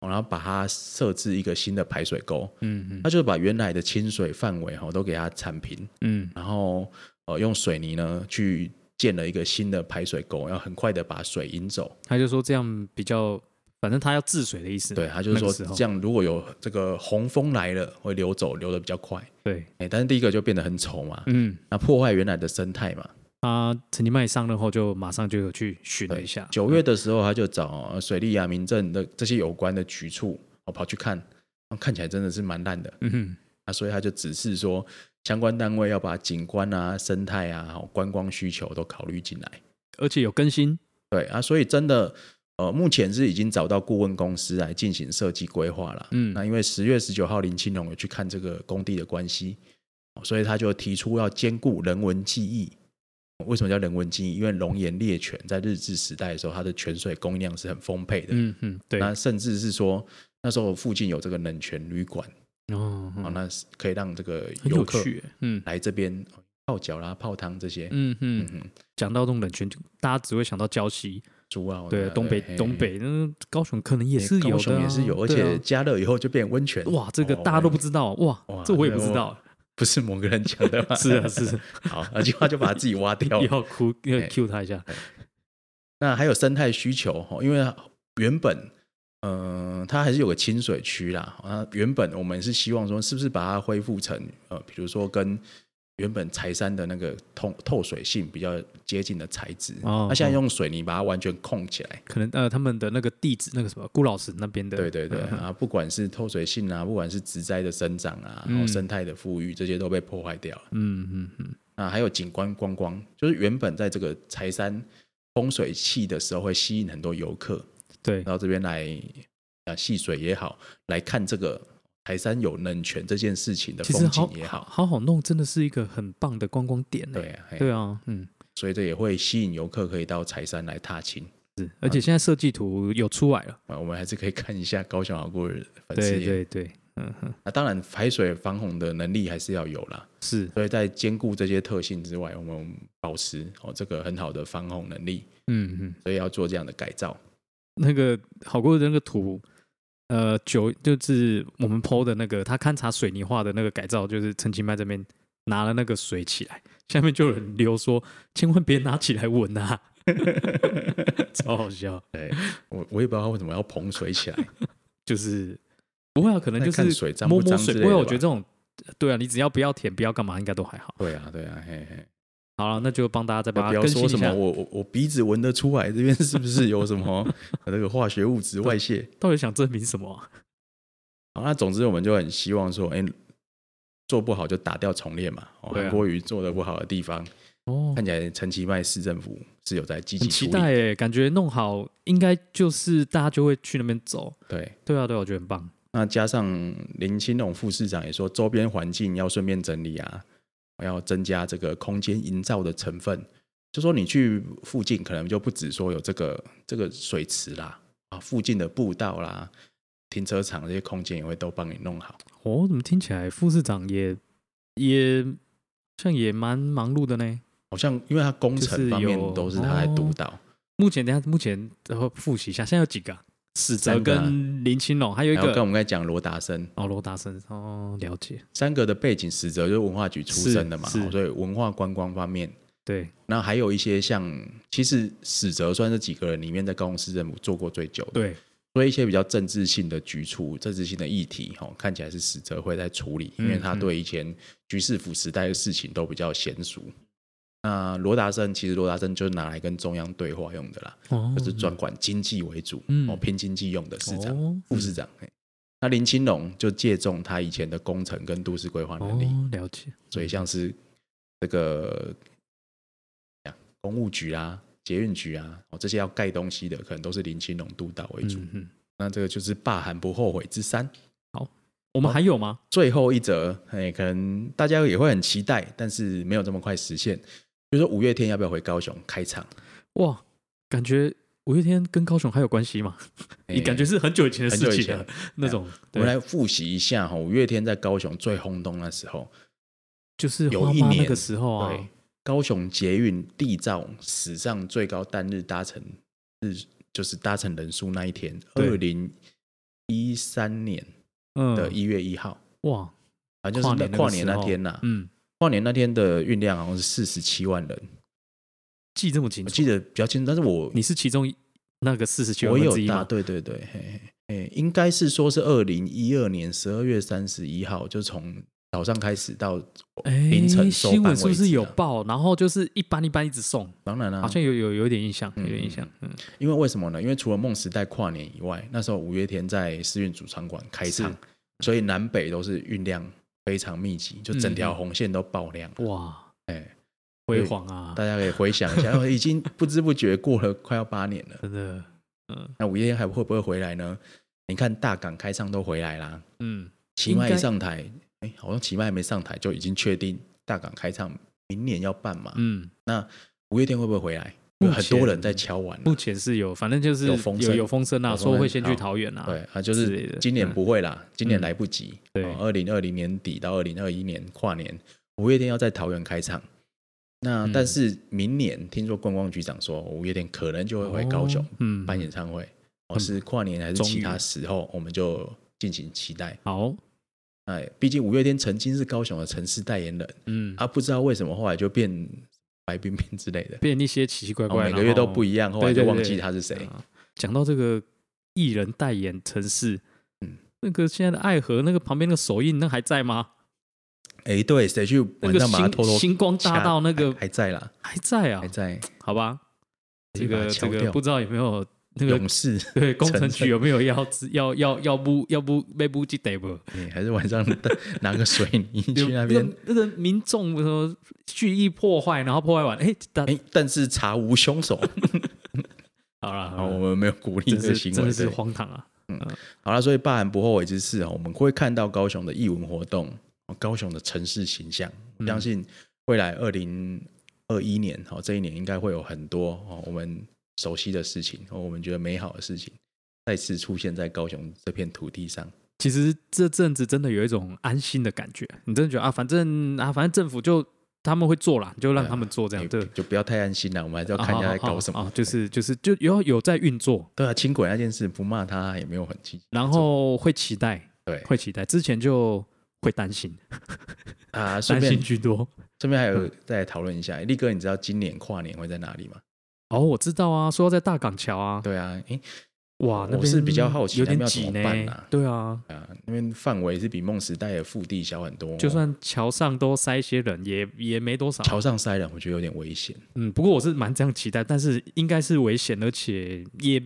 哦然后把它设置一个新的排水沟，
嗯
它就是把原来的清水范围哈都给它铲平，
嗯
然后呃用水泥呢去建了一个新的排水沟，要很快的把水引走。
他就说这样比较，反正他要治水的意思，
对，他就
那
是
个
说
时候
这样，如果有这个洪峰来了，会流走，流的比较快。
对，
哎，但是第一个就变得很丑嘛，
嗯，
那破坏原来的生态嘛。
他陈其迈上任后就马上就有去巡了一下，
九月的时候，他就找呃水利啊、民政的这些有关的局处，我跑去看，啊看起来真的是蛮烂的。
嗯哼，
啊，所以他就指示说，相关单位要把景观啊、生态啊、好观光需求都考虑进来。
而且有更新，
对啊，所以真的，呃，目前是已经找到顾问公司来进行设计规划了。
嗯
那因为十月十九号林青龙有去看这个工地的关系，哦所以他就提出要兼顾人文记忆。为什么叫人文记忆？因为龙岩猎犬在日治时代的时候，它的泉水供应量是很丰沛的。
嗯嗯，对，
那甚至是说那时候附近有这个冷泉旅馆，
哦，
啊、
嗯
那是可以让这个
很
游
有
客
趣耶，嗯
来这边哦泡脚啦、泡汤这些。
嗯嗯
嗯，哼，
讲到这种冷泉，就大家只会想到礁溪，
猪啊，
对，东北
嘿
东北，嗯，高雄可能也是有的啊，
高雄也是有，而
对啊
且加热以后就变温泉。
哇，这个大家都不知道，哇
哇，
这我也不知道，
*laughs* 不是某个人讲的
*laughs*
吗？
是啊，是啊，
*laughs* 好，那句话就把他自己挖掉
又。 *laughs* 要哭又要
哎
Q 他一下，
那还有生态需求哈，因为原本呃，它还是有个清水区啦。啊，原本我们是希望说，是不是把它恢复成呃，比如说跟原本柴山的那个透透水性比较接近的材质。
哦
那现在用水泥把它完全控起来。
可能呃他们的那个地址那个什么顾老师那边的，
对对对
嗯
啊，不管是透水性啊，不管是植栽的生长啊，然后
嗯
生态的富裕，这些都被破坏掉了。
嗯嗯嗯，
啊，还有景观观光，就是原本在这个柴山风水气的时候会吸引很多游客，
对，
到这边来啊戏水也好，来看这个台山有能泉这件事情的
其实
风景
好
也
好
好，
好好弄，真的是一个很棒的观光点呢。
对啊，嘿
对啊，嗯，
所以这也会吸引游客可以到台山来踏青。
是，而且现在设计图有出来了，
啊，我们还是可以看一下高雄好过日的粉丝
对
页。
对对，嗯哼，
那、当然，排水防洪的能力还是要有啦。
是，
所以在兼顾这些特性之外，我们保持哦这个很好的防洪能力，
嗯嗯，
所以要做这样的改造。
那个好过的那个图，呃，九就是我们 PO 的那个，他勘察水泥画的那个改造，就是陈其迈这边拿了那个水起来，下面就有人留说， *laughs* 千万别拿起来闻啊， *laughs* 超好笑，
我我也不知道为什么要捧水起来， *laughs*
就是不会啊，可能就
在看
是
水脏
摸
不
摸
脏之
水，
类
不
的吧
会，我觉得这种，对啊，你只要不要舔，不要干嘛，应该都还好。
对啊对啊，嘿嘿。
好了，那就帮大家再把
不
它
要
更新
说
一
什么
下，
我我我鼻子闻得出来，这边是不是有什么
*laughs*
那个化学物质外泄？
到底想证明什么啊、
好，那总之我们就很希望说，哎、做不好就打掉重练嘛。哦
对啊
韩、国瑜做的不好的地方，
哦，
看起来陈其迈市政府是有在积极
很
处
期
理。
待诶，感觉弄好应该就是大家就会去那边走。
对，
对啊，对啊，我觉得很棒。
那加上林清龙副市长也说，周边环境要顺便整理啊，要增加这个空间营造的成分。就说你去附近，可能就不止说有这个这个水池啦，啊，附近的步道啦、停车场这些空间也会都帮你弄好。
哦，怎么听起来副市长也也好像也蛮忙碌的呢？
好像因为它工
就是
程方面
有哦
都是他来督导，
目前等一下目前呃复习一下，现在有几个、啊？史哲
三个啊
跟林青龙，还有一
然后跟
个
我们刚才讲罗达生
哦罗达生哦，了解。
三个的背景实则就是文化局出身的嘛，
是是
所以文化观光方面
对，
那还有一些像，其实史哲算是几个人里面在高雄市政府做过最久的，
对，
所以一些比较政治性的局处、政治性的议题，哈、看起来是史哲会在处理，因为他对以前局市府时代的事情都比较娴熟。那罗达生其实罗达生就是拿来跟中央对话用的啦，
哦
就是专管经济为主，
嗯
哦，偏经济用的市长、
哦
副市长。嘿那林清龙就借重他以前的工程跟都市规划能力，
哦，了解。
所以像是这个呀公务局啊、捷运局啊，哦这些要盖东西的，可能都是林清龙督导为主。
嗯嗯，
那这个就是罢韩不后悔之三。
我们还有吗？
最后一则，哎，可能大家也会很期待，但是没有这么快实现。比如说五月天要不要回高雄开场？
哇，感觉五月天跟高雄还有关系吗？
哎
你感觉是很久以前的
很久
事
以
情
前
了，那种。
我
对
们来复习一下哈，五月天在高雄最轰动的时候，
就是
有
花
一
妈那
年
个时候啊
对，高雄捷运缔造史上最高单日搭乘日，就是搭乘人数那一天，
对
二零一三年
嗯
的一月一号，
哇，
啊，就是
跨
那
年那个
跨年那
时候
天呐、
嗯，
跨年那天的运量好像是四十七万人，
记这么清
我
楚，
记得比较清楚，但是我
你是其中一那个四十九
我
分
有
之一
搭，
吗？
对对对，嘿嘿嘿，应该是说是二零一二年十二月三十一号，就从早上开始到
哎，
凌晨收
新
班
闻是不
为
是
止
有
啊
报？然后就是一班一班一直送，
当然啦、
好像有有有一点印象，有
嗯
点印象。嗯，
因为为什么呢？因为除了梦时代跨年以外，那时候五月天在世运主场馆开唱
是，
所以南北都是运量非常密集，就整
嗯
条红线都爆量。
哇，
哎，
辉煌啊，
大家可以回想
*laughs*
一下，哦已经不知不觉过了快要八年了。
真的，嗯
那五月天还会不会回来呢？你看大港开唱都回来啦，
嗯，
奇迈
应
一
该
上台，哎，好像奇迈还没上台就已经确定大港开唱明年要办嘛。
嗯，
五月天会不会回来？
目
有
前
很多人在敲碗啊，
目前是有，反正就是
有风声
有有风声啊，
有风声
说会先去
好
桃园啊，
对啊，就
之类
是
的
今年
嗯
不会啦，今年
嗯
来不及。哦
对
二零二零年底到二零二一年跨年，五月天要在桃园开唱。那、
嗯
但是明年听说观光局长说，哦五月天可能就会回高雄
哦，嗯，
办演唱会，哦、
嗯
是跨年还是
终于
其他时候，我们就敬请期待。
好，
哎，毕竟五月天曾经是高雄的城市代言人，
嗯，
啊，不知道为什么后来就变白冰冰之类的，
变一些奇奇怪
然后
怪，
哦每个月都不
一
一样，后来就忘记他是谁。
啊讲到这个艺人代言城市，
嗯
那个现在的爱河那个旁边那个手印，那还在吗？
哎，对，谁去
那
晚
个
上把它
星
偷偷
星光大
掐哎
道那个
还还在啦，
还在啊
还，在
好吧，这
哎把它
个
敲
这个
掉
不知道有没有那个
勇士，
对工程
城
局有没有要要要要不要不被不记得不？
哎还是晚上拿个水泥
有
去那
嗯 *laughs* 那
边
个。那个民众什么蓄意破坏，然后破坏完，哎，大
哎，但是查无
*laughs*
凶手，
好了，
啊，
好
我
啦
们没有鼓励
真
这个
是
行
真
为。
的是
对
荒唐啊！
好了，所以罢韩不后悔之事啊，我们会看到高雄的艺文活动，哦高雄的城市形象。
嗯
我相信未来二零二一年，好这一年应该会有很多哦我们熟悉的事情，哦我们觉得美好的事情，再次出现在高雄这片土地上。
其实这阵子真的有一种安心的感觉，你真的觉得啊，反正啊，反正政府就他们会做啦，就让他们做这样，
哎
对，
就不要太安心了，我们还是要看一下在搞什
啊啊啊啊
么。
就是就是就有有在运作，
对啊，轻轨那件事不骂他也没有很气，
然后会期待，
对
会期待，之前就会担心， *laughs*
啊，顺
担
便
心嗯居多。
顺便还有再来讨论一下，力哥，你知道今年跨年会在哪里吗？
哦，我知道啊，说要在大港桥啊，
对啊，哎、
哇，那
我
边
是比较好奇
有
那
点
边要
挤
怎么
呢
办啊，
对啊，
啊，那边范围是比梦时代的腹地小很多，
就算桥上都塞一些人，也也没多少。
桥上塞人，我觉得有点危险。
嗯，不过我是蛮这样期待，但是应该是危险，而且也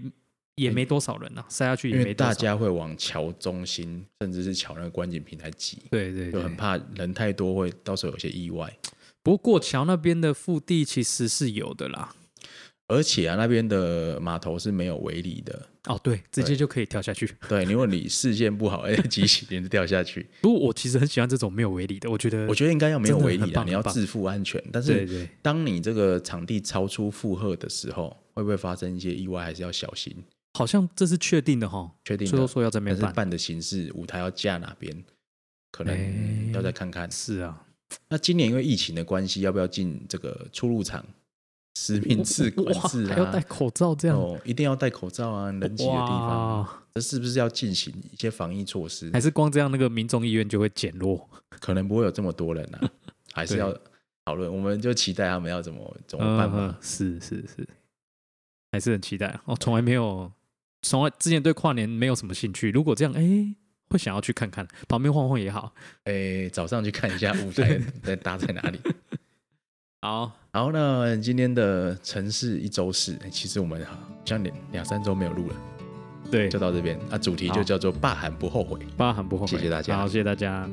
也没多少人啊，塞下去
哎因
也没
为
多少
大家会往桥中心，甚至是桥那个观景平台挤，
对对
就
对，
很怕人太多会到时候有些意外。
不过过桥那边的腹地其实是有的啦。
而且啊，那边的码头是没有围篱
*laughs*
的，
哦，对，直接就可以跳下去。 *laughs*
对，如果你视线不好，哎，几起连着掉下去。
不过我其实很喜欢这种没有围力的，我觉得，
我觉得应该要没有围
真的
篱的，
很棒
你要
很棒
自负安全。但
对
是
对，
当你这个场地超出负荷的时候，会不会发生一些意外，还是要小心。
好像这是确定的哈，
确定
最后
的，
说要在那
但
边
是
办。
办的形式，舞台要架哪边，可
哎
能要再看看。
是啊，
那今年因为疫情的关系，要不要进这个出入场实名制管
哇，
制
还要戴
啊？
口罩这样，
哦，一定要戴口罩啊！人挤的地方，
哇，
这是不是要进行一些防疫措施
还？是光这样那个民众意愿就会减弱。
可能不会有这么多人
*laughs*
啊，还是
对
要讨论。我们就期待他们要怎么怎么办啊
嗯
嘛。
嗯是是是，还是很期待啊哦，从来没有，从来之前对跨年没有什么兴趣。如果这样，哎、会想要去看看，旁边晃晃也好。
哎，早上去看一下
*laughs*
舞台在搭在哪里。
好，
好，那今天的城市一周四，哎其实我们好像两两三周没有录了。
对
就，到这边啊，主题
好
就叫做“罢韩不后悔”。
八喊不后悔，
谢谢大家
好，谢谢大家。